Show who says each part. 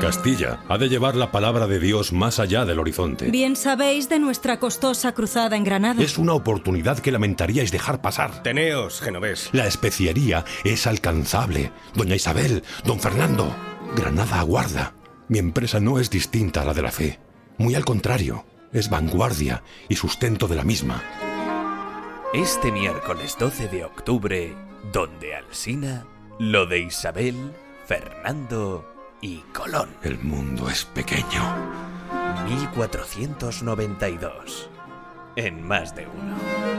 Speaker 1: Castilla ha de llevar la palabra de Dios más allá del horizonte.
Speaker 2: Bien sabéis de nuestra costosa cruzada en Granada.
Speaker 1: Es una oportunidad que lamentaríais dejar pasar.
Speaker 3: Teneos, genovés.
Speaker 1: La especiería es alcanzable. Doña Isabel, don Fernando. Granada aguarda. Mi empresa no es distinta a la de la fe. Muy al contrario, es vanguardia y sustento de la misma.
Speaker 4: Este miércoles 12 de octubre, donde Alsina, lo de Isabel, Fernando y Colón.
Speaker 1: El mundo es pequeño.
Speaker 4: 1492. En más de uno.